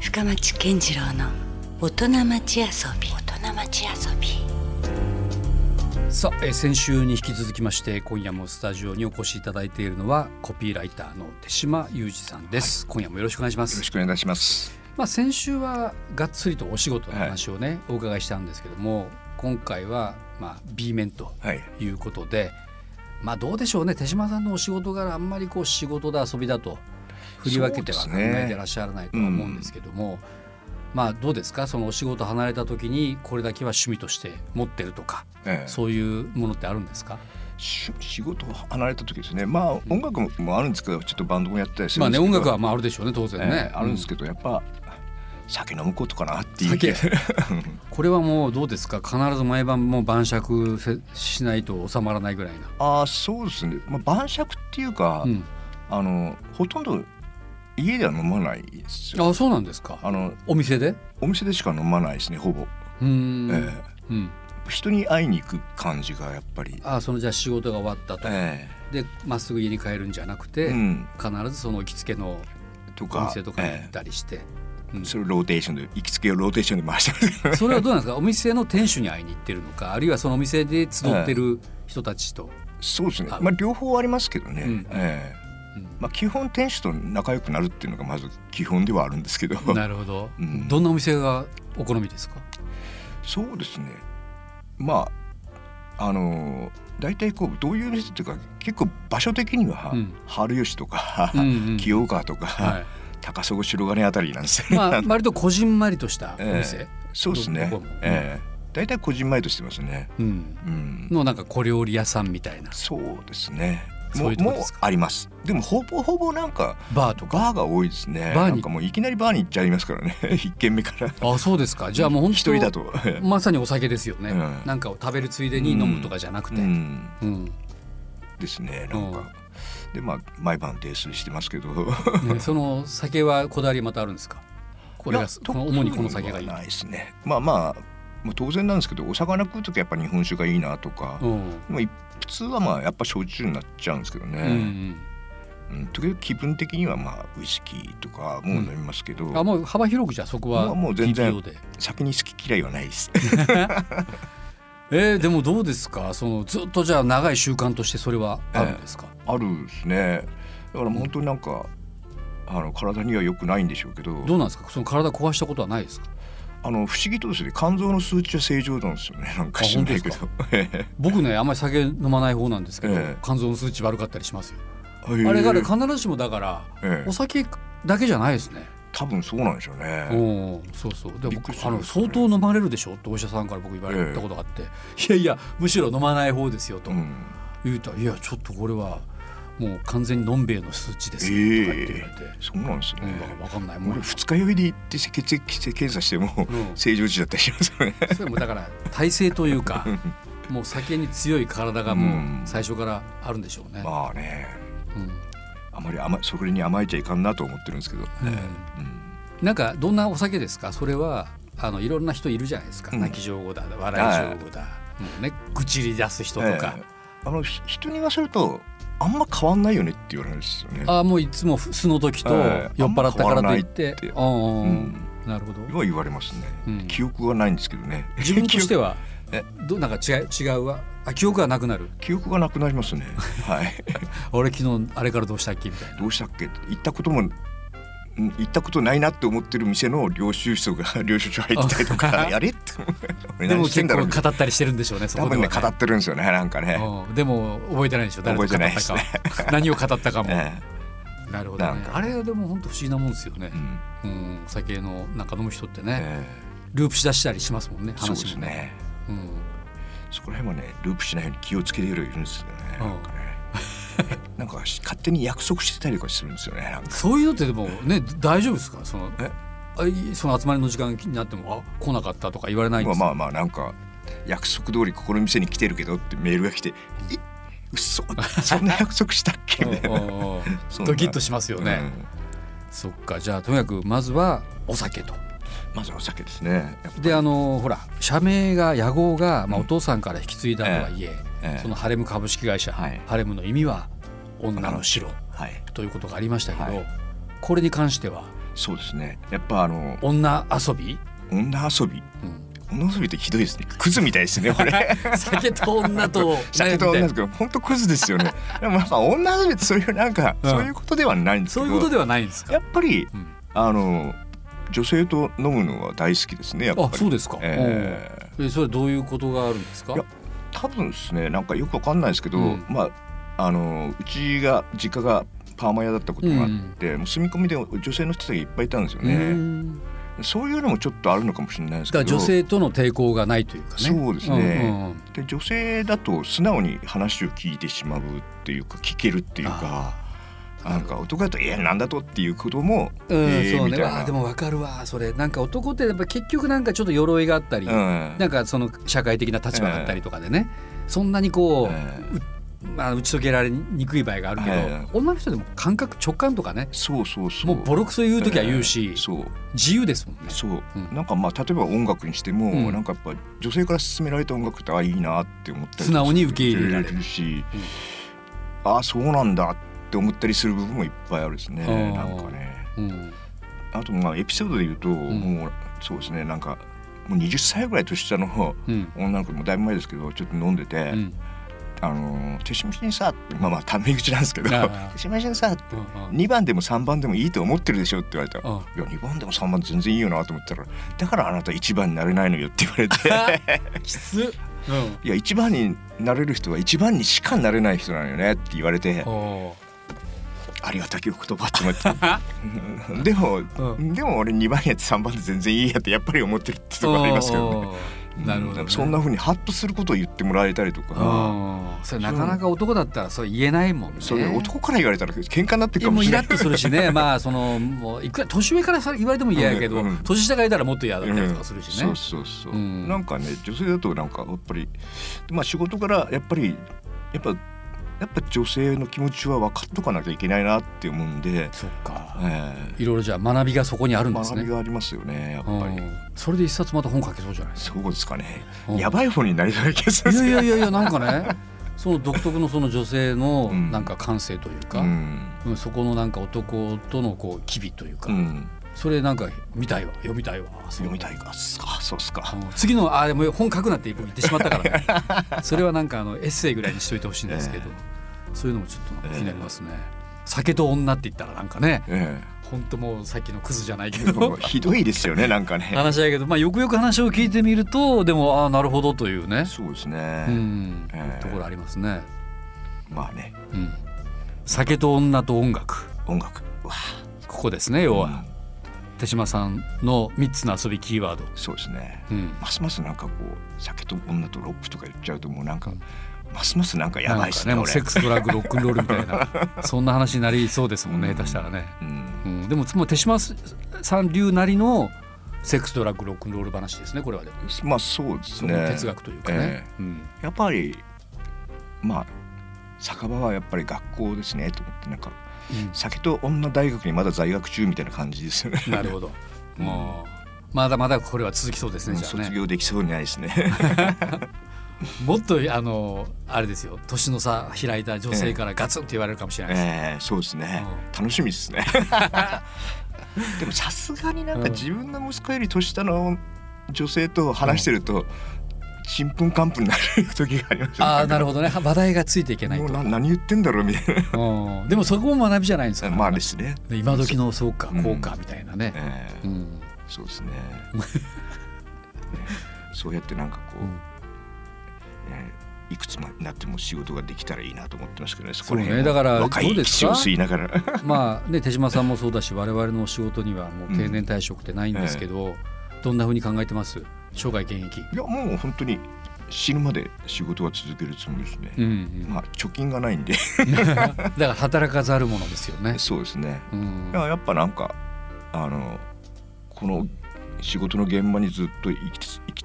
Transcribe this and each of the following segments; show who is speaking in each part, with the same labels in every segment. Speaker 1: 深町健次郎の大人町遊び大人町遊び
Speaker 2: さあ、えー先週に引き続きまして今夜もスタジオにお越しいただいているのはコピーライターの手島裕二さんです、今夜もよろしくお願いしま
Speaker 3: よろ
Speaker 2: す
Speaker 3: しくお願いします。
Speaker 2: まあ先週はがっつりとお仕事の話をね、お伺いしたんですけども今回はまあ B 面と
Speaker 3: はい。
Speaker 2: いうことで、まあどうでしょうね手島さんのお仕事柄あんまりこう仕事だ遊びだと振り分けては
Speaker 3: そ
Speaker 2: 考
Speaker 3: うですね
Speaker 2: えてらっしゃらないとは思うんですけども、まあどうですかそのお仕事離れた時にこれだけは趣味として持ってるとか、
Speaker 3: ええ
Speaker 2: そういうものってあるんですか
Speaker 3: し仕事を離れた時ですね。まあ音楽もあるんですけど、ちょっとバンドもやったりする
Speaker 2: まあ
Speaker 3: んで
Speaker 2: ね
Speaker 3: すけど。
Speaker 2: 音楽はまああるでしょうね当然
Speaker 3: ええ
Speaker 2: ね、
Speaker 3: あるんです
Speaker 2: け
Speaker 3: けど、やっぱ酒飲むことかなっていう。
Speaker 2: 酒 これはもうどうですか必ず毎晩もう晩酌せしないと収まらないぐらいな、
Speaker 3: ああ、そうですね。まあ晩酌っていうか、
Speaker 2: うん、
Speaker 3: あのほとんど家では飲まないですよ。
Speaker 2: あそうなんですか
Speaker 3: あの
Speaker 2: お店で
Speaker 3: お店でしか飲まないですね、ほぼ。
Speaker 2: うーん、
Speaker 3: え
Speaker 2: うん、
Speaker 3: え人に会いに行く感じがやっぱり。
Speaker 2: あそのじゃあ仕事が終わったと、
Speaker 3: え
Speaker 2: でまっすぐ家に帰るんじゃなくて、
Speaker 3: えうん。
Speaker 2: 必ずその行きつけの
Speaker 3: と
Speaker 2: お
Speaker 3: か。
Speaker 2: 店とかに行
Speaker 3: え
Speaker 2: ったりして、うん
Speaker 3: えそれをローテーションで行きつけをローテーションで回してます。
Speaker 2: それはどうなんですかお 店の店主に会いに行ってるのかあるいはそのお店で集ってる人たちと、
Speaker 3: そうですね。
Speaker 2: あ
Speaker 3: まあ両方ありますけどね。
Speaker 2: うん
Speaker 3: ええ
Speaker 2: うん
Speaker 3: まあ基本店主と仲良くなるっていうのがまず基本ではあるんですけど。
Speaker 2: なるほど、
Speaker 3: うん
Speaker 2: どんなお店がお好みですか
Speaker 3: そうですね。まああの大体こうどういう店っていうか結構場所的には、
Speaker 2: うん
Speaker 3: 春吉とか、
Speaker 2: うんうん
Speaker 3: 清川とか、
Speaker 2: は
Speaker 3: 高砂白金あたりなんですよね。
Speaker 2: まあ割とこじんまりとしたお
Speaker 3: ええ
Speaker 2: 店、
Speaker 3: そうですね
Speaker 2: どこも。
Speaker 3: ええ大体こじんまりとしてますね。
Speaker 2: うん、
Speaker 3: うん。
Speaker 2: のなんか小料理屋さんみたいな
Speaker 3: そうですね。
Speaker 2: そういうとこで
Speaker 3: もうもう
Speaker 2: すか
Speaker 3: あります。でもほぼほぼなんか。
Speaker 2: バーとか
Speaker 3: バーが多いですね。
Speaker 2: バーに
Speaker 3: なんかもういきなりバーに行っちゃいますからね。 一軒目から。
Speaker 2: あそうですかじゃあもう本当
Speaker 3: 一人だと。
Speaker 2: まさにお酒ですよね、
Speaker 3: うん
Speaker 2: なんかを食べるついでに飲むとかじゃなく
Speaker 3: う
Speaker 2: て、
Speaker 3: ん。
Speaker 2: うん
Speaker 3: ですね。なんか。でまあ毎晩泥酔してますけど。
Speaker 2: ねその酒はこだわりまたあるんですかこれ
Speaker 3: い
Speaker 2: が
Speaker 3: や
Speaker 2: この主にこの酒がいい
Speaker 3: 特はないですね。まあまあまあ当然なんですけど、お魚食う時はやっぱ日本酒がいいなとか。
Speaker 2: うん
Speaker 3: まあい普通はまあやっぱ焼酎になっちゃうんですけど
Speaker 2: うん
Speaker 3: ね。うん時々気分的にはまあウイスキーとかも飲みますけど、
Speaker 2: うんあもう幅広くじゃあそこ
Speaker 3: ま
Speaker 2: は
Speaker 3: あもう全然
Speaker 2: TPO で
Speaker 3: 先に好き嫌いはないです。
Speaker 2: えー、でもどうですかそのずっとじゃあ長い習慣としてそれはあるんですか、
Speaker 3: あるんですね。だからもう本当になんか、あの体には良くないんでしょうけど、
Speaker 2: どうなんですかその体壊したことはないですか
Speaker 3: あの不思議とですね、肝臓の数値は正常なんですよね。なんか
Speaker 2: あ
Speaker 3: 知んないけど。え
Speaker 2: 僕ねあんまり酒飲まない方なんですけど、
Speaker 3: ええ
Speaker 2: 肝臓の数値悪かったりしますよ
Speaker 3: え
Speaker 2: あれがね必ずしもだから、
Speaker 3: ええ
Speaker 2: お酒だけじゃないですね、
Speaker 3: 多分そうなんでしょうね。
Speaker 2: おーそうそうで
Speaker 3: びっ
Speaker 2: 僕
Speaker 3: くりし
Speaker 2: あ
Speaker 3: ま
Speaker 2: の
Speaker 3: したね
Speaker 2: 相当飲まれるでしょってお医者さんから僕言われたことがあって、いやいやむしろ飲まない方ですよと
Speaker 3: うん。
Speaker 2: 言うたら「いやちょっとこれはもう完全にのんべえの数値ですよ」とか言って言われて、
Speaker 3: そうなんです
Speaker 2: うん
Speaker 3: ね
Speaker 2: だ。から分かんないも
Speaker 3: 俺
Speaker 2: ん
Speaker 3: 二日酔いで行って血液検査しても
Speaker 2: うん
Speaker 3: 正常値だったりしますよね。
Speaker 2: それもだから体勢というかもう酒に強い体がも
Speaker 3: うん
Speaker 2: う最初からあるんでしょ うね。
Speaker 3: まあね、
Speaker 2: うん
Speaker 3: あまり甘いそれに甘えちゃいかんなと思ってるんですけど。
Speaker 2: うん
Speaker 3: うん
Speaker 2: なんかどんなお酒ですかそれはあのいろんな人いるじゃないですか、
Speaker 3: うん
Speaker 2: 泣き上戸だ笑い上戸だ、もうね愚痴り出す人とか
Speaker 3: え、えあのひ人に言わせるとあんま変わんないよねって言われるんですよね。
Speaker 2: ああもういつも素の時と
Speaker 3: ええ
Speaker 2: 酔っ払ったからといって,、
Speaker 3: あんま変わらないって
Speaker 2: ああ、
Speaker 3: うん
Speaker 2: なるほど
Speaker 3: は言われますね、
Speaker 2: うん
Speaker 3: 記憶はないんですけどね
Speaker 2: 自分として
Speaker 3: は
Speaker 2: は
Speaker 3: え
Speaker 2: どなんか違う違うわあ記憶がなくなる
Speaker 3: 記憶がなくなりますねはい
Speaker 2: 俺昨日あれからどうしたっけみたいな
Speaker 3: どうしたっけ行ったこともん行ったことないなって思ってる店の領収書が 領収書入ってたりとか
Speaker 2: あ
Speaker 3: やれって思う俺
Speaker 2: でも
Speaker 3: 何して
Speaker 2: 結
Speaker 3: んだろ
Speaker 2: 構
Speaker 3: う
Speaker 2: 語ったりしてるんでしょうねそ
Speaker 3: 多
Speaker 2: こで
Speaker 3: 分
Speaker 2: は
Speaker 3: ね
Speaker 2: ね
Speaker 3: 語ってるんですよねなんかね、
Speaker 2: うんでも覚えてないでしょ誰と語ったか
Speaker 3: 覚
Speaker 2: は、何を語ったかも、
Speaker 3: え
Speaker 2: なるほど、
Speaker 3: なん
Speaker 2: ね、
Speaker 3: か
Speaker 2: あれはでも本当不思議なもんですよね
Speaker 3: えう、ん
Speaker 2: うんお酒のなんか飲む人ってね、
Speaker 3: え
Speaker 2: ループしだしたりしますもんね
Speaker 3: えそうで
Speaker 2: 話
Speaker 3: す
Speaker 2: もね
Speaker 3: ね
Speaker 2: うん
Speaker 3: そこら辺はねループしないように気をつけてるよいるんですよね
Speaker 2: うん
Speaker 3: なんかね なんか勝手に約束してたりとかするんですよねなんか
Speaker 2: そういうのってでもね大丈夫ですかその
Speaker 3: え
Speaker 2: あいその集まりの時間になってもあ来なかったとか言われないん
Speaker 3: ま
Speaker 2: で
Speaker 3: あ
Speaker 2: すか
Speaker 3: まあまあなんか約束通りここの店に来てるけどってメールが来て「え 嘘そんな約束したっけ?」みたいな
Speaker 2: おうおうおう
Speaker 3: そんな
Speaker 2: ドキッとしますよね、
Speaker 3: うん
Speaker 2: そっかじゃあとにかくまずはお酒と
Speaker 3: まずお酒ですねやっぱり
Speaker 2: であのほら社名が屋号が、まあ、お父さんから引き継いだとはいえ、
Speaker 3: ええ
Speaker 2: そのハレム株式会社、
Speaker 3: はい
Speaker 2: ハレムの意味は女の城
Speaker 3: はい
Speaker 2: ということがありましたけど、
Speaker 3: は
Speaker 2: これに関しては
Speaker 3: そうですねやっぱあの
Speaker 2: 女遊び、
Speaker 3: 女遊び
Speaker 2: うん、
Speaker 3: 女遊びってひどいですねクズみたいですね これ
Speaker 2: 酒と女と
Speaker 3: 酒と女
Speaker 2: ね
Speaker 3: ですけど本当クズです よねでもやっぱ女遊びってそういうなんか、
Speaker 2: うん
Speaker 3: そういうことではないんですけ
Speaker 2: そ
Speaker 3: ど
Speaker 2: ういうことではないんですか
Speaker 3: やっぱり
Speaker 2: うん
Speaker 3: あの女性と飲むのは大好きですねやっぱり
Speaker 2: あそうですか、
Speaker 3: えー
Speaker 2: うんえそれはどういうことがあるんですか
Speaker 3: いや多分ですねなんかよくわかんないですけど、
Speaker 2: うん
Speaker 3: まああのうちが実家がパーマ屋だったことがあって、もう住み込みで女性の人たちがいっぱいいたんですよ
Speaker 2: う
Speaker 3: ね、
Speaker 2: んだ
Speaker 3: そういうのもちょっとあるのかもしれないですけ
Speaker 2: か
Speaker 3: ど
Speaker 2: ら女性との抵抗がないというかね
Speaker 3: そうですね
Speaker 2: んうんうん
Speaker 3: で女性だと素直に話を聞いてしまうっていうか聞けるっていうかなんか男だと「いやなんだと」っていうことも
Speaker 2: うん
Speaker 3: えー
Speaker 2: そう
Speaker 3: みた
Speaker 2: ね
Speaker 3: いな
Speaker 2: わあでもわかるわそれなんか男ってやっぱ結局なんかちょっと鎧があったり、
Speaker 3: うん
Speaker 2: なんかその社会的な立場だったりとかでね、そんなにこう、
Speaker 3: えー
Speaker 2: まあ、打ち解けられにくい場合があるけど、
Speaker 3: え
Speaker 2: 女の人でも感覚直感とかね
Speaker 3: そうそうそう
Speaker 2: もうボロクソ言う時は言うし、
Speaker 3: えーそう
Speaker 2: 自由ですもんね。
Speaker 3: そう、
Speaker 2: うん
Speaker 3: なんかまあ例えば音楽にしても、
Speaker 2: うん
Speaker 3: なんかやっぱ女性から勧められた音楽ってあいいなって思ったり
Speaker 2: 素直に受け入れられる
Speaker 3: 受し、ああそうなんだって思ったりする部分もいっぱいあるですね
Speaker 2: あー
Speaker 3: なんかね
Speaker 2: うん
Speaker 3: あとまあエピソードで言うと、
Speaker 2: ん
Speaker 3: もうそうですねなんかもう20歳ぐらい年下の
Speaker 2: うん
Speaker 3: 女の子もだいぶ前ですけどちょっと飲んでて「
Speaker 2: うん
Speaker 3: あのー手島新さ」ってまあまあタメ口なんですけど
Speaker 2: あー
Speaker 3: 「手島新さ」って
Speaker 2: うんうん
Speaker 3: 2番でも3番でもいいと思ってるでしょって言われたら「
Speaker 2: うん
Speaker 3: いや2番でも3番全然いいよな」と思ったら「だからあなた1番になれないのよ」って言わ れて
Speaker 2: きつっ、うん
Speaker 3: 「いや1番になれる人は1番にしかなれない人なのよね」って言われて
Speaker 2: お
Speaker 3: ありがたきお言葉って思っ てうんでも、でも俺2番やって3番で全然いいやってやっぱり思ってるってとこありますけどね。
Speaker 2: ねなるほど、
Speaker 3: うん
Speaker 2: ね、
Speaker 3: そんなふうにハッとすることを言ってもらえたりとか。
Speaker 2: あそれなかなか男だったらそれ言えないもんね。
Speaker 3: それ男から言われたら喧嘩になって
Speaker 2: い
Speaker 3: くか
Speaker 2: やも
Speaker 3: も
Speaker 2: う
Speaker 3: し
Speaker 2: イ
Speaker 3: れな
Speaker 2: ラッ。
Speaker 3: い
Speaker 2: とするしねまあそのもういくら年上からさ言われても嫌やけど、
Speaker 3: うんうん
Speaker 2: 年下がいたらもっと嫌だったりとかするしね。
Speaker 3: うんそうそうそう、
Speaker 2: うん
Speaker 3: なんかね女性だとなんかやっぱりまあ仕事からやっぱりやっぱやっぱ女性の気持ちは分かっとかなきゃいけないなって思うんで、
Speaker 2: そっ
Speaker 3: え
Speaker 2: かいろいろじゃあ学びがそこにあるん
Speaker 3: ー
Speaker 2: です
Speaker 3: 学び
Speaker 2: ね。
Speaker 3: がありますよねやっぱり、
Speaker 2: うんそれで一冊また本書けそうじゃないです
Speaker 3: そうですかね、
Speaker 2: うん
Speaker 3: やばい方になりそうな気がす
Speaker 2: か。
Speaker 3: る
Speaker 2: い
Speaker 3: んです
Speaker 2: やい
Speaker 3: けど
Speaker 2: やいやいやなんかねその独特のその女性の
Speaker 3: うん
Speaker 2: なんか感性というか、
Speaker 3: う
Speaker 2: うん
Speaker 3: ん
Speaker 2: そこのなんか男とのこう機微というか、
Speaker 3: うん、
Speaker 2: それなんか見たいわ読みたいわそう
Speaker 3: 読みたいかすかそうっすか、
Speaker 2: うん次のあでも本書くなって言ってしまったからね それはなんかあのエッセイぐらいにしといてほしいんですけど、そういうのもちょっとなんか気になりますね、酒と女って言ったらなんかね
Speaker 3: え
Speaker 2: 本当もうさっきのクズじゃないけ
Speaker 3: えで も
Speaker 2: ど
Speaker 3: ひどいですよねなんかね
Speaker 2: 話だけど、まあ、よくよく話を聞いてみるとでもああなるほどというね、
Speaker 3: そうですね、
Speaker 2: うん
Speaker 3: ええ
Speaker 2: ところありますね、
Speaker 3: まあね
Speaker 2: うん、酒と女と音楽
Speaker 3: 音楽うわ
Speaker 2: ここですね要
Speaker 3: う
Speaker 2: は
Speaker 3: ん
Speaker 2: 手島さんの3つの遊びキーワード、
Speaker 3: そうですね
Speaker 2: うん、
Speaker 3: ますますなんかこう酒と女とロックとか言っちゃうともうなんか、ますますなんかやばいっすね
Speaker 2: なんかねもうセ
Speaker 3: 俺
Speaker 2: ックスドラッグロックンロールみたい なそんな話になりそうですもんね、
Speaker 3: うん
Speaker 2: 下手したらね、
Speaker 3: うん
Speaker 2: うん、でもつまり手島さん流なりのセックスドラッグロックンロール話ですねこれはでも
Speaker 3: まあそうです
Speaker 2: その
Speaker 3: ね
Speaker 2: 哲学というかね
Speaker 3: え
Speaker 2: うん
Speaker 3: えやっぱりまあ酒場はやっぱり学校ですねと思ってなんか酒と女大学にまだ在学中みたいな感じですよね
Speaker 2: なるほどもうまだまだこれは続きそうですねじゃあ
Speaker 3: 卒
Speaker 2: ね
Speaker 3: 業できそうにないですね
Speaker 2: もっとあのあれですよ年の差開いた女性からガツンって言われるかもしれないです、
Speaker 3: ええそうですね楽しみで すねでもさすがになんか
Speaker 2: うん
Speaker 3: 自分の息子より年下の女性と話してるとちんぷんかんぷんになる時がありますね
Speaker 2: ああなるほどね話題がついていけない
Speaker 3: もう
Speaker 2: と、
Speaker 3: な何言ってんだろうみたいな
Speaker 2: うん、でもそこも学びじゃないんですか、
Speaker 3: まあですね。
Speaker 2: 今時のそうか
Speaker 3: うん
Speaker 2: こうかみたいなね、
Speaker 3: ええ
Speaker 2: うん
Speaker 3: そうですね。ねそうやってなんかこう、
Speaker 2: うん
Speaker 3: ええいくつになっても仕事ができたらいいなと思ってますけどね。そ
Speaker 2: そうね
Speaker 3: こら
Speaker 2: だ
Speaker 3: 辺は
Speaker 2: から
Speaker 3: 若
Speaker 2: どう
Speaker 3: い
Speaker 2: ですか
Speaker 3: 血を吸いながら。
Speaker 2: まあね手島さんもそうだし我々のお仕事にはもう定年退職ってないんですけど、どんな風に考えてます生涯現役、
Speaker 3: いやもう本当に死ぬまで仕事は続けるつもりですね。
Speaker 2: うんうん
Speaker 3: まあ貯金がないんで、
Speaker 2: だから働かざるものですよね。
Speaker 3: そうですね。
Speaker 2: うん
Speaker 3: いややっぱなんかあのこの仕事の現場にずっと生きつ生き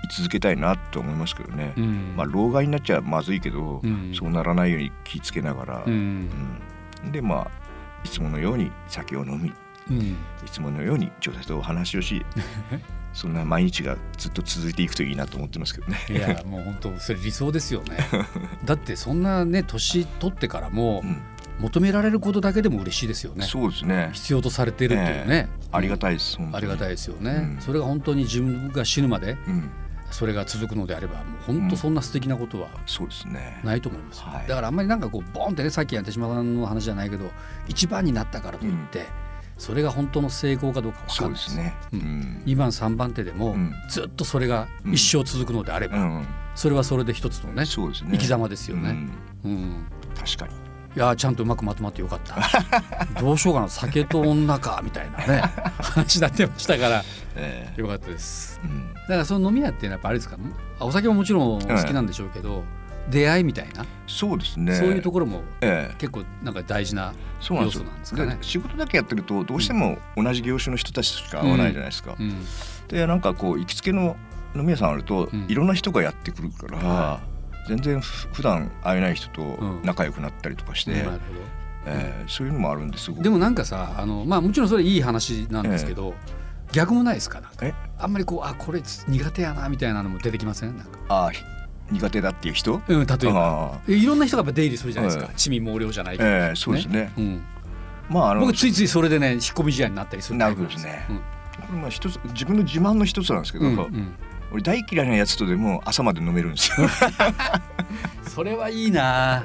Speaker 3: 生き続けたいなと思いますけどね。
Speaker 2: うん
Speaker 3: まあ老害になっちゃまずいけど、
Speaker 2: うん
Speaker 3: そうならないように気ぃつけながら、
Speaker 2: うん
Speaker 3: うんでまあいつものように酒を飲みい
Speaker 2: うん
Speaker 3: つものように女性とお話 をしそんな毎日がずっと続いていくといいなと思ってますけどね。
Speaker 2: いや もう本当それ理想ですよね。だってそんなね年取ってからも
Speaker 3: うん
Speaker 2: 求められることだけでも嬉しいですよね
Speaker 3: そうですね。
Speaker 2: 必要とされているっていうね、
Speaker 3: ありがたいです。本当に
Speaker 2: ありがたいですよね、
Speaker 3: うん
Speaker 2: それが本当に自分が死ぬまで
Speaker 3: うん、
Speaker 2: それが続くのであればもう本当そんな素敵なことは
Speaker 3: そうですね。
Speaker 2: ないと思いますよ、
Speaker 3: はい
Speaker 2: だからあんまりなんかこうボンってねさっき手島さんの話じゃないけど一番になったからといって、それが本当の成功かどうか分か
Speaker 3: そ
Speaker 2: ん
Speaker 3: う
Speaker 2: な
Speaker 3: で
Speaker 2: い
Speaker 3: すね。
Speaker 2: うん
Speaker 3: うん。
Speaker 2: 2番3番手でも、
Speaker 3: うん
Speaker 2: ずっとそれが一生続くのであれば、
Speaker 3: うん、
Speaker 2: それはそれで一つのね
Speaker 3: そうですね。
Speaker 2: 生き様ですよ
Speaker 3: う
Speaker 2: ね、
Speaker 3: ん
Speaker 2: うん
Speaker 3: 確かに。
Speaker 2: いやーちゃんとうまくまとまってよかった どうしようかな酒と女かみたいなね話になってましたから
Speaker 3: え
Speaker 2: よかったです
Speaker 3: えうん。
Speaker 2: だからその飲み屋っていうのはやっぱあれですかあお酒ももちろんお好きなんでしょうけど、出会いみたいな、
Speaker 3: そうですね。
Speaker 2: そういうと
Speaker 3: こ。
Speaker 2: ころも
Speaker 3: ええ
Speaker 2: 結構なんか大事な
Speaker 3: そうなんです
Speaker 2: 要
Speaker 3: よ
Speaker 2: 素なんですかね
Speaker 3: 仕事だけやってるとどうしても同じ業種の人たちとしか会わないじゃないですか。
Speaker 2: うん
Speaker 3: でなんかこう行きつけの飲み屋さんあると、
Speaker 2: うん
Speaker 3: いろんな人がやってくるから、
Speaker 2: は
Speaker 3: 全然ふ普段会えない人と
Speaker 2: ん
Speaker 3: 仲良くなったりとかして、
Speaker 2: なるほ
Speaker 3: えーそういうのもあるんですご
Speaker 2: ど
Speaker 3: く
Speaker 2: でもなんかさあのまあもちろんそれいい話なんですけど、逆もないですかなんか
Speaker 3: え
Speaker 2: あんまりこうあこれ苦手やなみたいなのも出てきませんなんか、
Speaker 3: ああひ苦手だっていう人
Speaker 2: うん、例えば
Speaker 3: ああ
Speaker 2: いろんな人がやっぱ出入りするじゃないですか
Speaker 3: え
Speaker 2: 地味猛量じゃないけど、
Speaker 3: えーそうですね
Speaker 2: うん、
Speaker 3: まああの
Speaker 2: 僕ついついそれでね引っ込み思案になったりするタイプなん
Speaker 3: なる
Speaker 2: う
Speaker 3: ほ
Speaker 2: ん
Speaker 3: これまあ一つ自分の自慢の一つなんですけど、
Speaker 2: うんうん
Speaker 3: 俺大嫌いなやつとでも朝まで飲めるんですよ
Speaker 2: それはいいな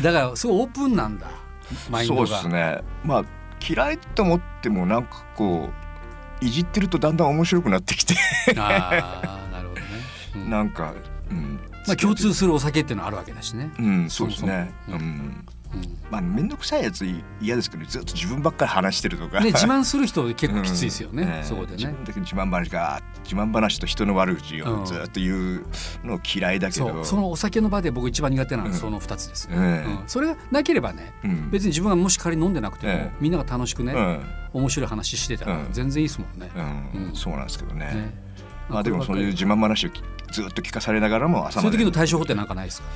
Speaker 2: だからすごいオープンなんだマイン
Speaker 3: そ
Speaker 2: ド
Speaker 3: う
Speaker 2: が
Speaker 3: ですねまあ嫌いと思ってもなんかこういじってるとだんだん面白くなってき て
Speaker 2: ああなるほどね、うん
Speaker 3: なんか、うん、
Speaker 2: まあ、共通するお酒っていうのはあるわけだしね、
Speaker 3: うん、そうですね。
Speaker 2: そうもそもう
Speaker 3: ん、
Speaker 2: ん
Speaker 3: まあ面倒くさいやつい嫌ですけど、ずっと自分ばっかり話してるとか。
Speaker 2: ね自慢する人結構きついですよね、
Speaker 3: うんええ
Speaker 2: そこで
Speaker 3: 自
Speaker 2: ね
Speaker 3: 分だけ自慢話が自慢話と人の悪口
Speaker 2: うん
Speaker 3: をずっと言うの嫌いだけど、
Speaker 2: そうそのお酒の場で僕一番苦手なのは
Speaker 3: うん
Speaker 2: その2つです、
Speaker 3: え
Speaker 2: ね
Speaker 3: え
Speaker 2: うんそれがなければね
Speaker 3: うん
Speaker 2: 別に自分がもし仮に飲んでなくても、
Speaker 3: ええ
Speaker 2: みんなが楽しくね、
Speaker 3: うん
Speaker 2: 面白い話してたら
Speaker 3: うん
Speaker 2: 全然いいですもんね。
Speaker 3: うん
Speaker 2: うん
Speaker 3: そうなんですけどね。
Speaker 2: ね
Speaker 3: まあでもそうい
Speaker 2: そ
Speaker 3: う自慢話をきずっと聞かされながらも朝
Speaker 2: うい
Speaker 3: ま
Speaker 2: う
Speaker 3: で。
Speaker 2: 時の対処法ってなんかないですか、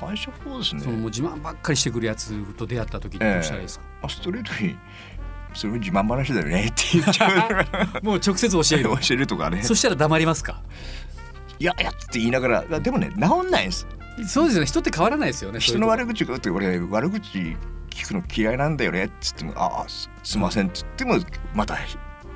Speaker 3: 対処法です
Speaker 2: そのもう
Speaker 3: ね。
Speaker 2: 自慢ばっかりしてくるやつと出会った時にどうしたらいいですか、
Speaker 3: あストレートにそれも自慢話だよねって 言っちゃう。
Speaker 2: もう直接教える
Speaker 3: 教えるとかね。
Speaker 2: そしたら黙りますか
Speaker 3: いやいやって言いながら、でもね治んないんです。
Speaker 2: そうですよね人って変わらないですよね
Speaker 3: 人の
Speaker 2: い
Speaker 3: 悪口がって俺悪口聞くの嫌いなんだよねっつっても「ああすすいません」っつってもまた
Speaker 2: う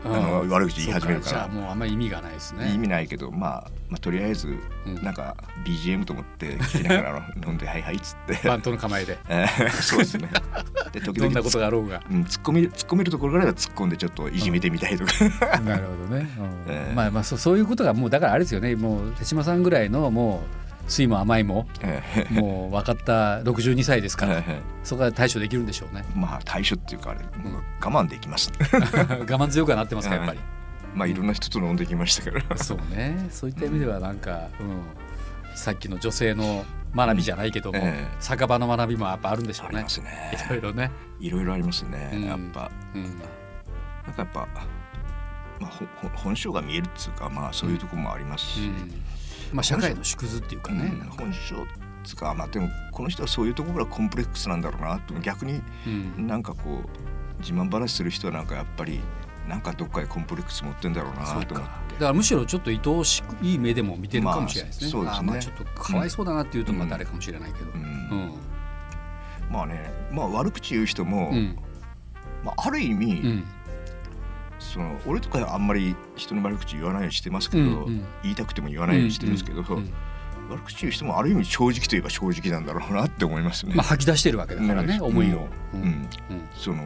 Speaker 2: とこ
Speaker 3: あの悪口言
Speaker 2: そ
Speaker 3: い
Speaker 2: う
Speaker 3: 始めるか
Speaker 2: じゃあ
Speaker 3: ら
Speaker 2: もうあんまり意味がないですね
Speaker 3: 意味ないけどまあまあとりあえず
Speaker 2: うん
Speaker 3: なんか BGM と思って聞きながらあの飲んで「はいはい」っつって
Speaker 2: バントの構えで
Speaker 3: えー そうですねで時
Speaker 2: どん
Speaker 3: 々
Speaker 2: なことがあろうが
Speaker 3: うん突っ込み突っ込めるところからは突っ込んでちょっといじめてみたいとか
Speaker 2: なるほどね、うん
Speaker 3: ええ
Speaker 2: まあまあそうそういうことがもうだからあれですよねもう手島さんぐらいのもう酸いも甘いも
Speaker 3: え
Speaker 2: もう分かった62歳ですから
Speaker 3: ー
Speaker 2: そこは対処できるんでしょうね
Speaker 3: まあ対処っていうかあれもう我慢できますね
Speaker 2: 我慢強くはなってますかやっぱり、
Speaker 3: まあいろんな人と飲んできましたから
Speaker 2: そうねそういった意味ではなんか、うん、さっきの女性の学びじゃないけども、
Speaker 3: ええ
Speaker 2: 酒場の学びもやっぱあるんでしょ
Speaker 3: あ
Speaker 2: う
Speaker 3: り
Speaker 2: ね
Speaker 3: ますね
Speaker 2: いろいろね、
Speaker 3: いろいろありますね
Speaker 2: うん
Speaker 3: やっぱ
Speaker 2: うん、
Speaker 3: なんかやっぱ、まあ、ほほ本性が見えるっていうか、まあ、そういうところもありますし、
Speaker 2: まあ社会の縮図っていうか
Speaker 3: うん
Speaker 2: ね、
Speaker 3: 本性っていうか、まあ、でもこの人はそういうところがコンプレックスなんだろうなと逆に
Speaker 2: うん
Speaker 3: なんかこう自慢話する人はなんかやっぱりなんかどっかでコンプレックス持ってんだろう
Speaker 2: そ
Speaker 3: な
Speaker 2: う
Speaker 3: と思っ
Speaker 2: かだからむしろちょっと愛おしくいい目でも見てるかもしれないですね,、
Speaker 3: まあ
Speaker 2: あー
Speaker 3: そう
Speaker 2: まあ
Speaker 3: です
Speaker 2: ちょ
Speaker 3: ね
Speaker 2: っとかわいそうだなっていうと
Speaker 3: うん
Speaker 2: まあ誰かもしれないけど、
Speaker 3: て、うん
Speaker 2: うん
Speaker 3: まあね、まあ、悪口言う人も、
Speaker 2: うん
Speaker 3: まあ、ある意味、
Speaker 2: うん
Speaker 3: その俺とかあんまり人の悪口言わないようにしてますけど、
Speaker 2: うんうん
Speaker 3: 言いたくても言わないようにしてるんですけど、
Speaker 2: うんうん
Speaker 3: 悪口言う人もある意味正直といえば正直なんだろうなって思いますね。
Speaker 2: まあ吐き出してるわけだからね、
Speaker 3: うん
Speaker 2: 思いを、
Speaker 3: う
Speaker 2: うんん
Speaker 3: その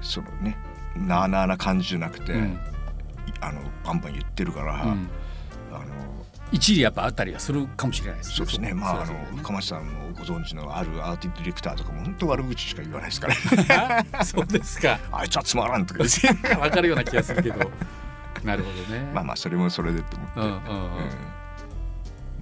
Speaker 3: そのねなあなあな感じじゃなくて、
Speaker 2: うん
Speaker 3: あのバンバン言ってるから、
Speaker 2: うん
Speaker 3: あの
Speaker 2: 一理やっぱあったりはするかもしれないですね
Speaker 3: そうですねまああ
Speaker 2: そ
Speaker 3: の
Speaker 2: うです ね
Speaker 3: 深町さんもご存知のあるアーティディレクターとかも本当悪口しか言わないですか ら
Speaker 2: そうですか
Speaker 3: あいつはつまらんとか言って
Speaker 2: わかるような気がするけどなるほどね
Speaker 3: まあまあそれもそれでと思って、
Speaker 2: うんうん
Speaker 3: うん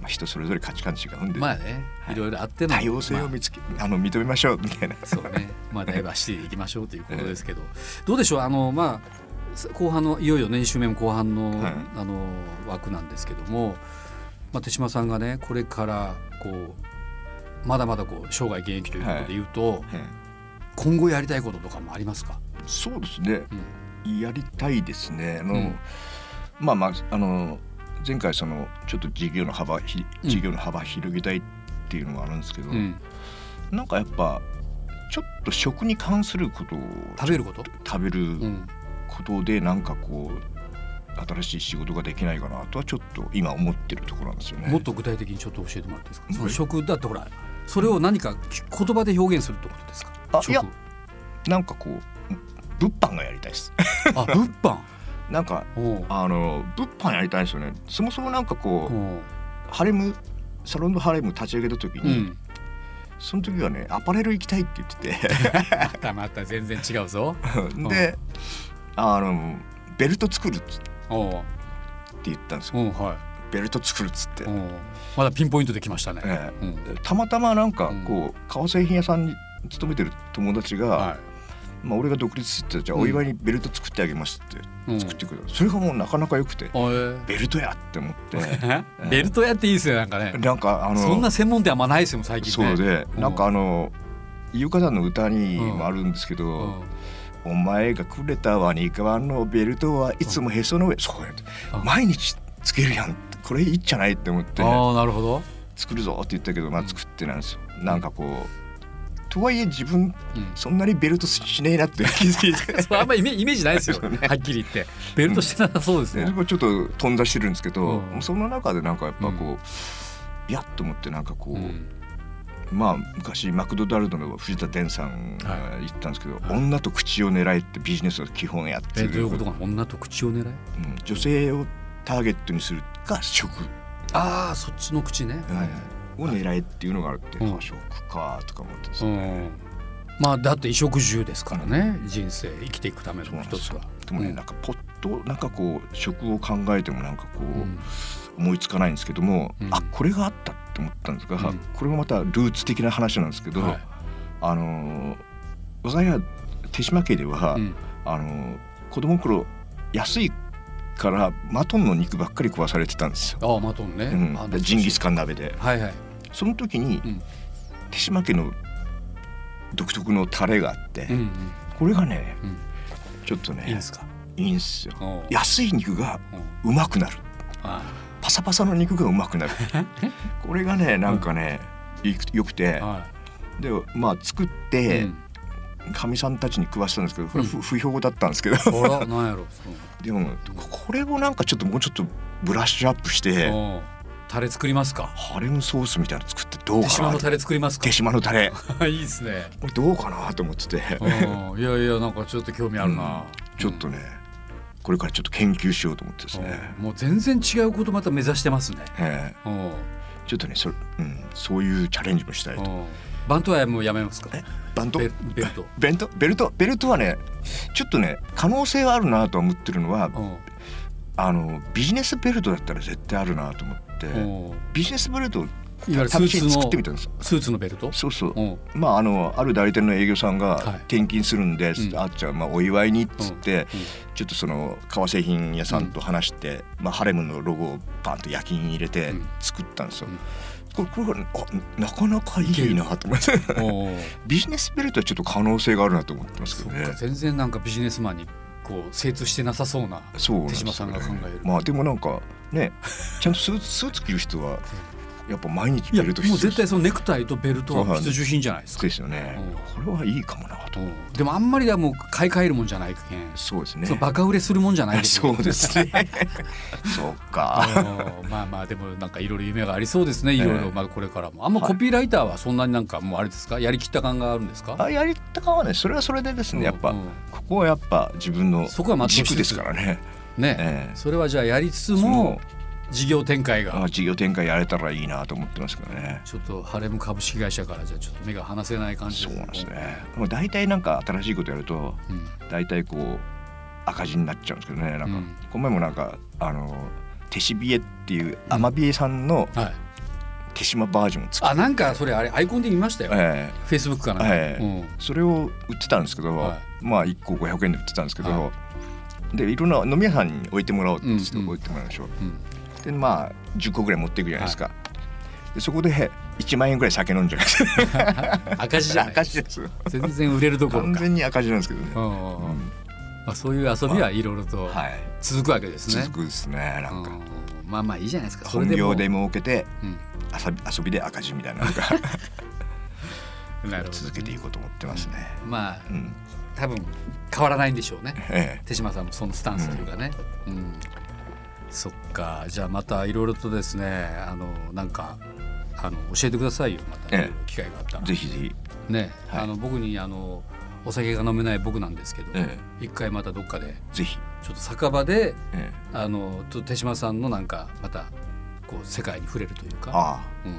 Speaker 3: まあ、人それぞれ価値観違うん
Speaker 2: う
Speaker 3: で、
Speaker 2: んまあねいろいろあっての
Speaker 3: 多様性を見つけ、あの認めましょうみたいな。
Speaker 2: そうね、まあ、ダイバーシティでいきましょうということです けど、どうでしょう、あの、まあ、後半の、いよいよ年収目も後半の、
Speaker 3: はい
Speaker 2: あの、枠なんですけども。まあ、手嶋さんがね、これから、こう。まだまだこう生涯現役ということで言うと、
Speaker 3: うん
Speaker 2: 今後やりたいこととかもありますか。
Speaker 3: そうですね、やりたいですね。あの、
Speaker 2: うん
Speaker 3: まあまああの前回そのちょっと事業の幅ひ
Speaker 2: うん
Speaker 3: 事業の幅広げたいっていうのもあるんですけど、
Speaker 2: うん、
Speaker 3: なんかやっぱちょっと食に関することを
Speaker 2: 食べること、
Speaker 3: 食べ
Speaker 2: う
Speaker 3: る
Speaker 2: ん、
Speaker 3: ことでなんかこう新しい仕事ができないかなとはちょっと今思ってるところなんですよね。
Speaker 2: もっと具体的にちょっと教えてもらっていいですか、その
Speaker 3: はい
Speaker 2: 食だってほらそれを何かき言葉で表現するってことですか
Speaker 3: あ
Speaker 2: 食
Speaker 3: いやなんかこう物販がやりたいです。
Speaker 2: あ物販
Speaker 3: なんか
Speaker 2: おう
Speaker 3: あの物販やりたいんですよね。そもそもなんかこ
Speaker 2: お
Speaker 3: う、
Speaker 2: う
Speaker 3: ハレムサロンのハレム立ち上げた時
Speaker 2: う
Speaker 3: に、
Speaker 2: ん、
Speaker 3: その時はねアパレル行きたいって言ってて。
Speaker 2: またまた全然違 うぞ
Speaker 3: で、あのベルト作るっつって
Speaker 2: おう
Speaker 3: 言ったんですよ
Speaker 2: おうは
Speaker 3: ベルト作るっつって
Speaker 2: い、お、うまだピンポイントできましたね、
Speaker 3: え
Speaker 2: うん
Speaker 3: えたまたまなんかこう革製品屋さんに勤めてる友達が、
Speaker 2: は
Speaker 3: まあ、俺が独立してじゃあ
Speaker 2: うん
Speaker 3: お祝いにベルト作ってあげますって
Speaker 2: い、うん
Speaker 3: 作ってくれた、それがもうなかなか良くて
Speaker 2: おえ
Speaker 3: ベルトやって思って
Speaker 2: ベルトやっていいですよなんかね
Speaker 3: なんかあの
Speaker 2: そんな専門店あんまないですよ最近
Speaker 3: そ
Speaker 2: ね
Speaker 3: うで、
Speaker 2: うん
Speaker 3: なんかあの優香さんの歌にもあるんですけど、
Speaker 2: うん
Speaker 3: お前がくれたワニカワのベルトはいつもへその上、そうやって
Speaker 2: うん
Speaker 3: 毎日つけるやんってこれいいじゃないって思って
Speaker 2: ああなるほど、
Speaker 3: 作るぞって言ったけどま
Speaker 2: う
Speaker 3: あ
Speaker 2: ん
Speaker 3: 作ってないんですよ、なんかこうとはいえ自分
Speaker 2: うん
Speaker 3: そんなにベルトしねえな って気づいて
Speaker 2: そうあんまイメイメージないですよ、はっきり言ってベルトしてなさそうですね、
Speaker 3: でそこちょっと頓挫してるんですけど、
Speaker 2: うん
Speaker 3: その中でなんかやっぱこう、いやっと思ってなんかこう、
Speaker 2: うん
Speaker 3: まあ昔マクドナルドの藤田伝さん
Speaker 2: は
Speaker 3: が言ったんですけど、
Speaker 2: はい
Speaker 3: 女と口を狙えってビジネスの基本やって
Speaker 2: え
Speaker 3: る
Speaker 2: どういうことかな女と口を狙い
Speaker 3: うん女性をターゲットにするか食、
Speaker 2: ああそっちの口ね、
Speaker 3: を狙えっていうのがあるって、
Speaker 2: うん
Speaker 3: あ食かとか思ってです
Speaker 2: う
Speaker 3: ね
Speaker 2: んまあだって衣食住ですからね人生生きていくための一つは
Speaker 3: でもね、
Speaker 2: うん
Speaker 3: なんかポッとなんかこう食を考えてもなんかこう、
Speaker 2: うん
Speaker 3: 思いつかないんですけども、
Speaker 2: うん
Speaker 3: あこれがあったって思ったんですが、
Speaker 2: うん
Speaker 3: これもまたルーツ的な話なんですけど、
Speaker 2: はい
Speaker 3: あのー我が家手島家では、
Speaker 2: うん
Speaker 3: あのー子供の頃安いからマトンの肉ばっかり食わされてたんですよ。
Speaker 2: ああマトンね、
Speaker 3: うん
Speaker 2: あ、
Speaker 3: でジンギスカン鍋で
Speaker 2: はいはい
Speaker 3: その時に、
Speaker 2: うん
Speaker 3: 手島家の独特のタレがあって、
Speaker 2: うんうん
Speaker 3: これがね、
Speaker 2: うん
Speaker 3: ちょっとね
Speaker 2: いいんですか
Speaker 3: いいんですよ
Speaker 2: おう
Speaker 3: 安い肉が
Speaker 2: おう
Speaker 3: うまくなる
Speaker 2: あ
Speaker 3: パサパサの肉がうま くなるこれがねなんかね、いくよくて
Speaker 2: あは
Speaker 3: でまあ作っ
Speaker 2: い、
Speaker 3: て
Speaker 2: うん
Speaker 3: かみ、さんたちに食わしたんですけどこれ
Speaker 2: う
Speaker 3: 不不評だったんですけど
Speaker 2: あらなんやろその
Speaker 3: でもこれをなんかちょっともうちょっとブラッシュアップして
Speaker 2: おうタレ作りますか
Speaker 3: ハレムソースみたいなの作ってどう
Speaker 2: 手島
Speaker 3: か
Speaker 2: の
Speaker 3: な
Speaker 2: タレ作りますか
Speaker 3: 手島のタレ
Speaker 2: いいですね
Speaker 3: これどうかなと思ってて
Speaker 2: うんいやいやなんかちょっと興味あるな、
Speaker 3: ちょっとねこれからちょっと研究しようと思ってですね
Speaker 2: うんもう全然違うことまた目指してますね
Speaker 3: え
Speaker 2: う
Speaker 3: え
Speaker 2: ん
Speaker 3: ちょっとねそ,、うん、そういうチャレンジもしたいと
Speaker 2: うんバントはもうやめますか
Speaker 3: えバンド
Speaker 2: ベベルト
Speaker 3: ベルトベルトベルトはねちょっとね可能性はあるなとは思ってるのは
Speaker 2: うん
Speaker 3: あのビジネスベルトだったら絶対あるなと思って
Speaker 2: うん
Speaker 3: ビジネスベルトを
Speaker 2: いわゆるス
Speaker 3: 試
Speaker 2: ー
Speaker 3: し
Speaker 2: ツの
Speaker 3: に作ってみたんです
Speaker 2: スーツのベルト
Speaker 3: そうそう
Speaker 2: うん
Speaker 3: まああのある代理店の営業さ
Speaker 2: は
Speaker 3: ん
Speaker 2: い
Speaker 3: が転勤するんで、
Speaker 2: うん
Speaker 3: あっちゃん、まあ、お祝いにっつって、ちょっとその革製品屋さんと話して、まあ、ハレムのロゴをパンと焼きに入れて
Speaker 2: うん
Speaker 3: 作ったんですよ
Speaker 2: うん。
Speaker 3: これこれあなかなかいいなと思って
Speaker 2: うんおー
Speaker 3: ビジネスベルトはちょっと可能性があるなと思ってます
Speaker 2: そ
Speaker 3: け
Speaker 2: っ
Speaker 3: どね
Speaker 2: か。全然なんかビジネスマンにこう精通してなさそうな
Speaker 3: そうなん
Speaker 2: 手
Speaker 3: です
Speaker 2: 島
Speaker 3: よ
Speaker 2: さんが考える
Speaker 3: まあでもなんかねちゃんとスーツ スーツ着る人はやっぱ毎日
Speaker 2: いやもう
Speaker 3: ベルト必
Speaker 2: 絶
Speaker 3: 須
Speaker 2: 対そのネクタイとベルトは必需品じゃないですか、
Speaker 3: ですよねこれはいいかもなと
Speaker 2: うんでもあんまりではもう買い替えるもんじゃないけん、
Speaker 3: そうですね
Speaker 2: そのバカ売れするもんじゃないけん
Speaker 3: そうですねそう か
Speaker 2: あのまあまあでもなんかいろいろ夢がありそうですねいろい
Speaker 3: え
Speaker 2: ろ
Speaker 3: え
Speaker 2: まあこれからもあんまコピーライターはそんなになんかもうあれですかやりきった感があるんですか
Speaker 3: あやりたかはねそれはそれでですねやっぱ
Speaker 2: うん
Speaker 3: ここはやっぱ自分の
Speaker 2: そこはまあ
Speaker 3: 軸ですからね
Speaker 2: ね
Speaker 3: ええ
Speaker 2: それはじゃあやりつつ
Speaker 3: そ
Speaker 2: も
Speaker 3: の
Speaker 2: 事業展開
Speaker 3: あ
Speaker 2: が
Speaker 3: 事業展開やれたらいいなと思ってますけどね
Speaker 2: ちょっとハレム株式会社からじゃあちょっと目が離せない感じ
Speaker 3: そうなんですねもう大体なんか新しいことやると
Speaker 2: うん
Speaker 3: 大体こう赤字になっちゃうんですけどねなんか、
Speaker 2: うん
Speaker 3: この前もなんかあの手しびえっていうアマビエさんの
Speaker 2: はい
Speaker 3: 手島バージョンを作っ
Speaker 2: あ
Speaker 3: て、
Speaker 2: なんかそれあれアイコンで見ましたよ
Speaker 3: ええ
Speaker 2: フェイスブックかなんか
Speaker 3: ええ
Speaker 2: うん
Speaker 3: それを売ってたんですけど、
Speaker 2: は
Speaker 3: まあ1個500円で売ってたんですけど、、
Speaker 2: はい
Speaker 3: でいろんな飲み屋さんに置いてもらおうって言って
Speaker 2: うんうん
Speaker 3: 置いてもらうでしょ、
Speaker 2: うん
Speaker 3: でまあ10個ぐらい持っていくじゃないですか、でそこで1万円ぐらい酒飲んじゃないですか
Speaker 2: 赤字じゃない
Speaker 3: 赤字です
Speaker 2: 全然売れるどころ
Speaker 3: 完
Speaker 2: か
Speaker 3: 全に赤字なんですけどね、
Speaker 2: うんうんうんまあそういう遊びはいろいろと
Speaker 3: はい
Speaker 2: 続くわけですね
Speaker 3: 続くですねなん
Speaker 2: う
Speaker 3: か、
Speaker 2: んまあまあいいじゃないですかそれ
Speaker 3: 本
Speaker 2: でも
Speaker 3: 業で儲けて
Speaker 2: うん
Speaker 3: 遊び遊びで赤字みたいなのが
Speaker 2: なるほどね
Speaker 3: 続けていこうと思ってますね。
Speaker 2: まあ
Speaker 3: うん、
Speaker 2: 多分変わらないんでしょうね
Speaker 3: え
Speaker 2: 手島さんもそのスタンスというかね、うんそっかじゃあまたいろいろとですねあのなんかあの教えてくださいよまた、
Speaker 3: ええ
Speaker 2: 機会があったら
Speaker 3: え、ぜひぜひ、
Speaker 2: ね、
Speaker 3: はい
Speaker 2: あの僕にあのお酒が飲めない僕なんですけど、
Speaker 3: え
Speaker 2: 一回またどっかで
Speaker 3: え、ぜひ、
Speaker 2: ちょっと酒場で
Speaker 3: ええ、
Speaker 2: あのと手島さんのなんかまたこう世界に触れるというか、
Speaker 3: ああ、
Speaker 2: うん、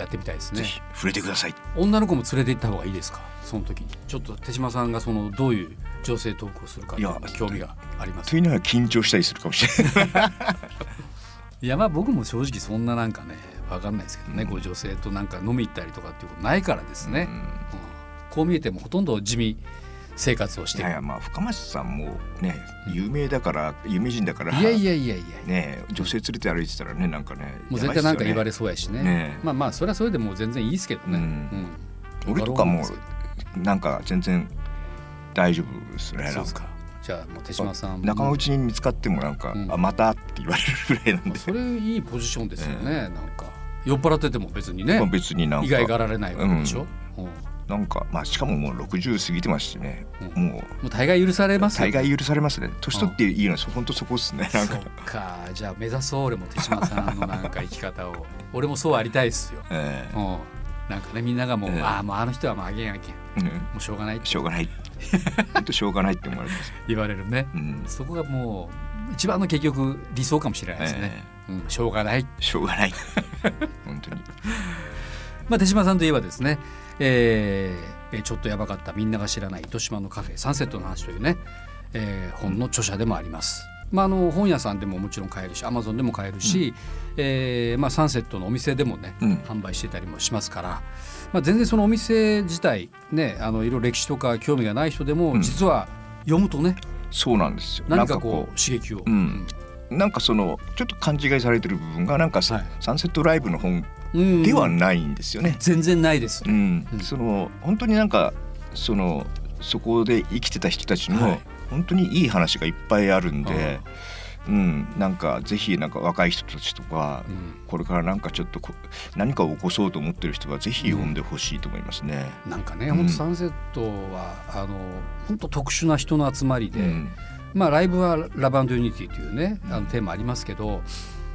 Speaker 2: やってみたいです
Speaker 3: ぜ
Speaker 2: ね
Speaker 3: ひ触れてください。
Speaker 2: 女の子も連れて行った方がいいですかその時にちょっと手島さんがそのどういう女性トークをするかっていうのが
Speaker 3: いや
Speaker 2: 興味があります
Speaker 3: というのは緊張したりするかもしれない。
Speaker 2: いやまあ僕も正直そんななんかねわかんないですけどね、
Speaker 3: うん
Speaker 2: こう女性となんか飲み行ったりとかっていうことないからですね、
Speaker 3: うん
Speaker 2: うんこう見えてもほとんど地味生活をし
Speaker 3: い
Speaker 2: て
Speaker 3: やい
Speaker 2: る
Speaker 3: やまあ深町さんもね有名だから有名人だから
Speaker 2: いやいやいやいや
Speaker 3: ね女性連れて歩いてたらねなんかね
Speaker 2: もう絶対なんか言わ
Speaker 3: れ
Speaker 2: れそうやしね
Speaker 3: ね
Speaker 2: まあまあそれはそれでもう全然いいですけどね、
Speaker 3: う
Speaker 2: うんん
Speaker 3: 俺とかも
Speaker 2: そう
Speaker 3: なんか全然大丈夫ですね
Speaker 2: ですかじゃあもう手島さんも
Speaker 3: 仲間内に見つかってもなんか
Speaker 2: う
Speaker 3: 「
Speaker 2: ん
Speaker 3: あまた」って言われるぐらいなん
Speaker 2: まあ
Speaker 3: で
Speaker 2: それいいポジションですよね、なんか酔っ払ってても別にね、
Speaker 3: まあ別にな
Speaker 2: 意外が
Speaker 3: んから
Speaker 2: れないわけでしょ、うんも
Speaker 3: なんかまあしかももう60過ぎてますしね
Speaker 2: うん
Speaker 3: もう
Speaker 2: う大概許されますよ
Speaker 3: 大概許されますね年取っていいのはそ本当そこっすねなん
Speaker 2: そ
Speaker 3: か
Speaker 2: っかじゃあ目指そう俺も手島さんのなんか生き方を俺もそうありたいですよ、
Speaker 3: え
Speaker 2: うん、なんかねみんながもう、
Speaker 3: ええ
Speaker 2: ああもうあの人はもうあげんあげん
Speaker 3: えうん
Speaker 2: もうしょうがないって
Speaker 3: しょうが ない本当しょうがないって思われます
Speaker 2: 言われるね
Speaker 3: うん
Speaker 2: そこがもう一番の結局理想かもしれないですね、うん、しょうがない
Speaker 3: しょう がない本当に
Speaker 2: まあ、手島さんといえばですね、えーえーちょっとやばかったみんなが知らない糸島のカフェサンセットの話というね、えー本の著者でもあります。まあ、あの本屋さんでももちろん買えるしアマゾンでも買えるし、えーまあ、サンセットのお店でもね、
Speaker 3: うん
Speaker 2: 販売してたりもしますから、まあ、全然そのお店自体ねあのいろいろ歴史とか興味がない人でも、
Speaker 3: うん
Speaker 2: 実は読むとね
Speaker 3: そうなんですよ
Speaker 2: 何かこう刺激を、
Speaker 3: うんなんかそのちょっと勘違いされてる部分がなんかさ、
Speaker 2: はい
Speaker 3: サンセットライブの本
Speaker 2: うん
Speaker 3: ではないんですよね。
Speaker 2: 全然ないです
Speaker 3: う。ん
Speaker 2: うん
Speaker 3: その本当になんかそのそこで生きてた人たちの、
Speaker 2: はい
Speaker 3: 本当にいい話がいっぱいあるんで、うん、なんかぜひなんか若い人たちとか、
Speaker 2: うん
Speaker 3: これからなんかちょっとこ何かを起こそうと思ってる人はぜひ読んでほしいと思いますね。
Speaker 2: なんかね、
Speaker 3: うん
Speaker 2: ほんとサンセットはあの本当特殊な人の集まりで、
Speaker 3: うん
Speaker 2: まあ、ライブは「ラブユニティ」というねあ
Speaker 3: うん
Speaker 2: のテーマありますけど、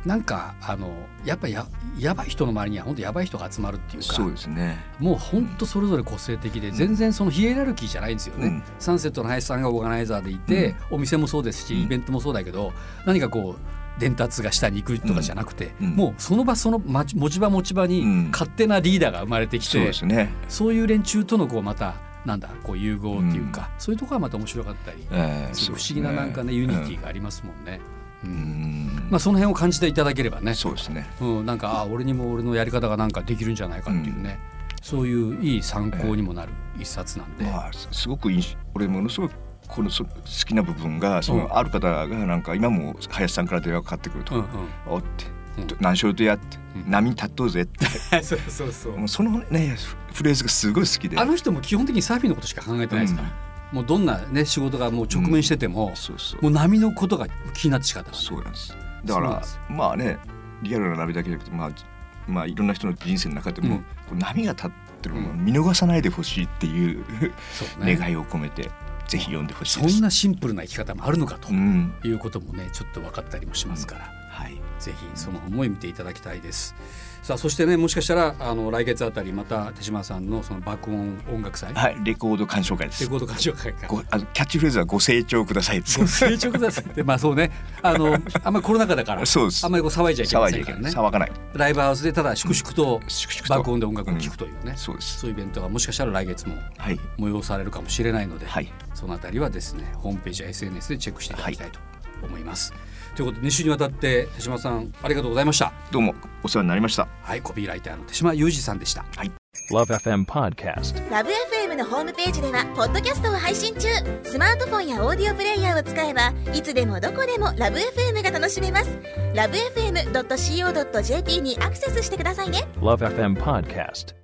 Speaker 2: なんかあのやっぱややばい人の周りには本当やばい人が集まるっていうか
Speaker 3: そうですね。
Speaker 2: もう本当それぞれ個性的で、全然そのヒエラルキーじゃないんですよね。
Speaker 3: うん
Speaker 2: サンセットの林さんがオーガナイザーでいて、お店もそうですし、
Speaker 3: うん
Speaker 2: イベントもそうだけど何かこう伝達が下に行くとかじゃなくて、
Speaker 3: うんうん
Speaker 2: もうその場そのまち持ち場持ち場に
Speaker 3: うん
Speaker 2: 勝手なリーダーが生まれてき
Speaker 3: そう
Speaker 2: て、
Speaker 3: ですね。
Speaker 2: そういう連中とのこうまたなんだこう融合っていうか、そういうところはまた面白かったり、
Speaker 3: ええ
Speaker 2: する不思議ななんかねユニティがありますもんね。
Speaker 3: うんうん
Speaker 2: まあその辺を感じていただければね、
Speaker 3: そうですね。
Speaker 2: うん、なんかあ俺にも俺のやり方がなんかできるんじゃないかっていうね、そういういい参考にもなる一冊なんで、
Speaker 3: まあすすごく印象俺ものすごくこのそ好きな部分がその、
Speaker 2: うん
Speaker 3: ある方がなんか今も林さんから電話かかってくると「
Speaker 2: うんうん、
Speaker 3: おっ」て
Speaker 2: うん
Speaker 3: 「何しようとや」って「
Speaker 2: うん
Speaker 3: 波に立っとうぜ」 って
Speaker 2: そうそうそう
Speaker 3: もうそのねフフレーズがすごい好きで
Speaker 2: あの人も基本的にサーフィンのことしか考えてないですから、もうどんなね仕事がもう直面してても、
Speaker 3: そうそう
Speaker 2: もう波のことが気になって仕方がない
Speaker 3: そうなんですだか
Speaker 2: そうなん
Speaker 3: ら
Speaker 2: です
Speaker 3: まあねリアルな波だけじゃなくてまあじまあいろんな人の人生の中でも、
Speaker 2: うん
Speaker 3: こう波が立ってるものを見逃さないでほしいっていう、
Speaker 2: そうね
Speaker 3: 願いを込めてぜひ読んでほしい
Speaker 2: そ
Speaker 3: です。
Speaker 2: んなシンプルな生き方もあるのかと
Speaker 3: うん
Speaker 2: いうこともねちょっと分かったりもしますから。
Speaker 3: はい
Speaker 2: ぜひその思い見ていただきたいです。さあそしてねもしかしたらあの来月あたりまた手島さんのその爆音音楽祭、
Speaker 3: はい、レコード鑑賞会です
Speaker 2: レ。コード鑑賞会か。
Speaker 3: ごあのキャッチフレーズはご成長くださいです。
Speaker 2: ご成長くださいってまあそうねあのあんまりコロナ禍だから
Speaker 3: そうです
Speaker 2: あんまりこう騒いじゃいけま
Speaker 3: 騒い
Speaker 2: せん
Speaker 3: じゃ
Speaker 2: か
Speaker 3: いけ
Speaker 2: ら
Speaker 3: ない。
Speaker 2: ね
Speaker 3: 騒がない。
Speaker 2: ライブハウスでただ粛々と
Speaker 3: 粛々と
Speaker 2: 爆音で音楽を聴くというね、
Speaker 3: そうです。
Speaker 2: そういうイベントがもしかしたら来月も
Speaker 3: はい。
Speaker 2: 催されるかもしれないので、
Speaker 3: はい。
Speaker 2: そのあたりはですねホームページや SNS でチェックしていただきたいと思います。ということで2週にわたって手島さんありがとうございました。
Speaker 3: どうもお世話になりました。
Speaker 2: はいコピーライターの手島裕二さんでした。
Speaker 3: はい。
Speaker 4: Love FM Podcast.
Speaker 5: ラブ f m のホームページではポッドキャストを配信中スマートフォンやオーディオプレイヤーを使えばいつでもどこでもラブ f m が楽しめますラブ FM.co.jp にアクセスしてくださいね
Speaker 4: Love FM Podcast.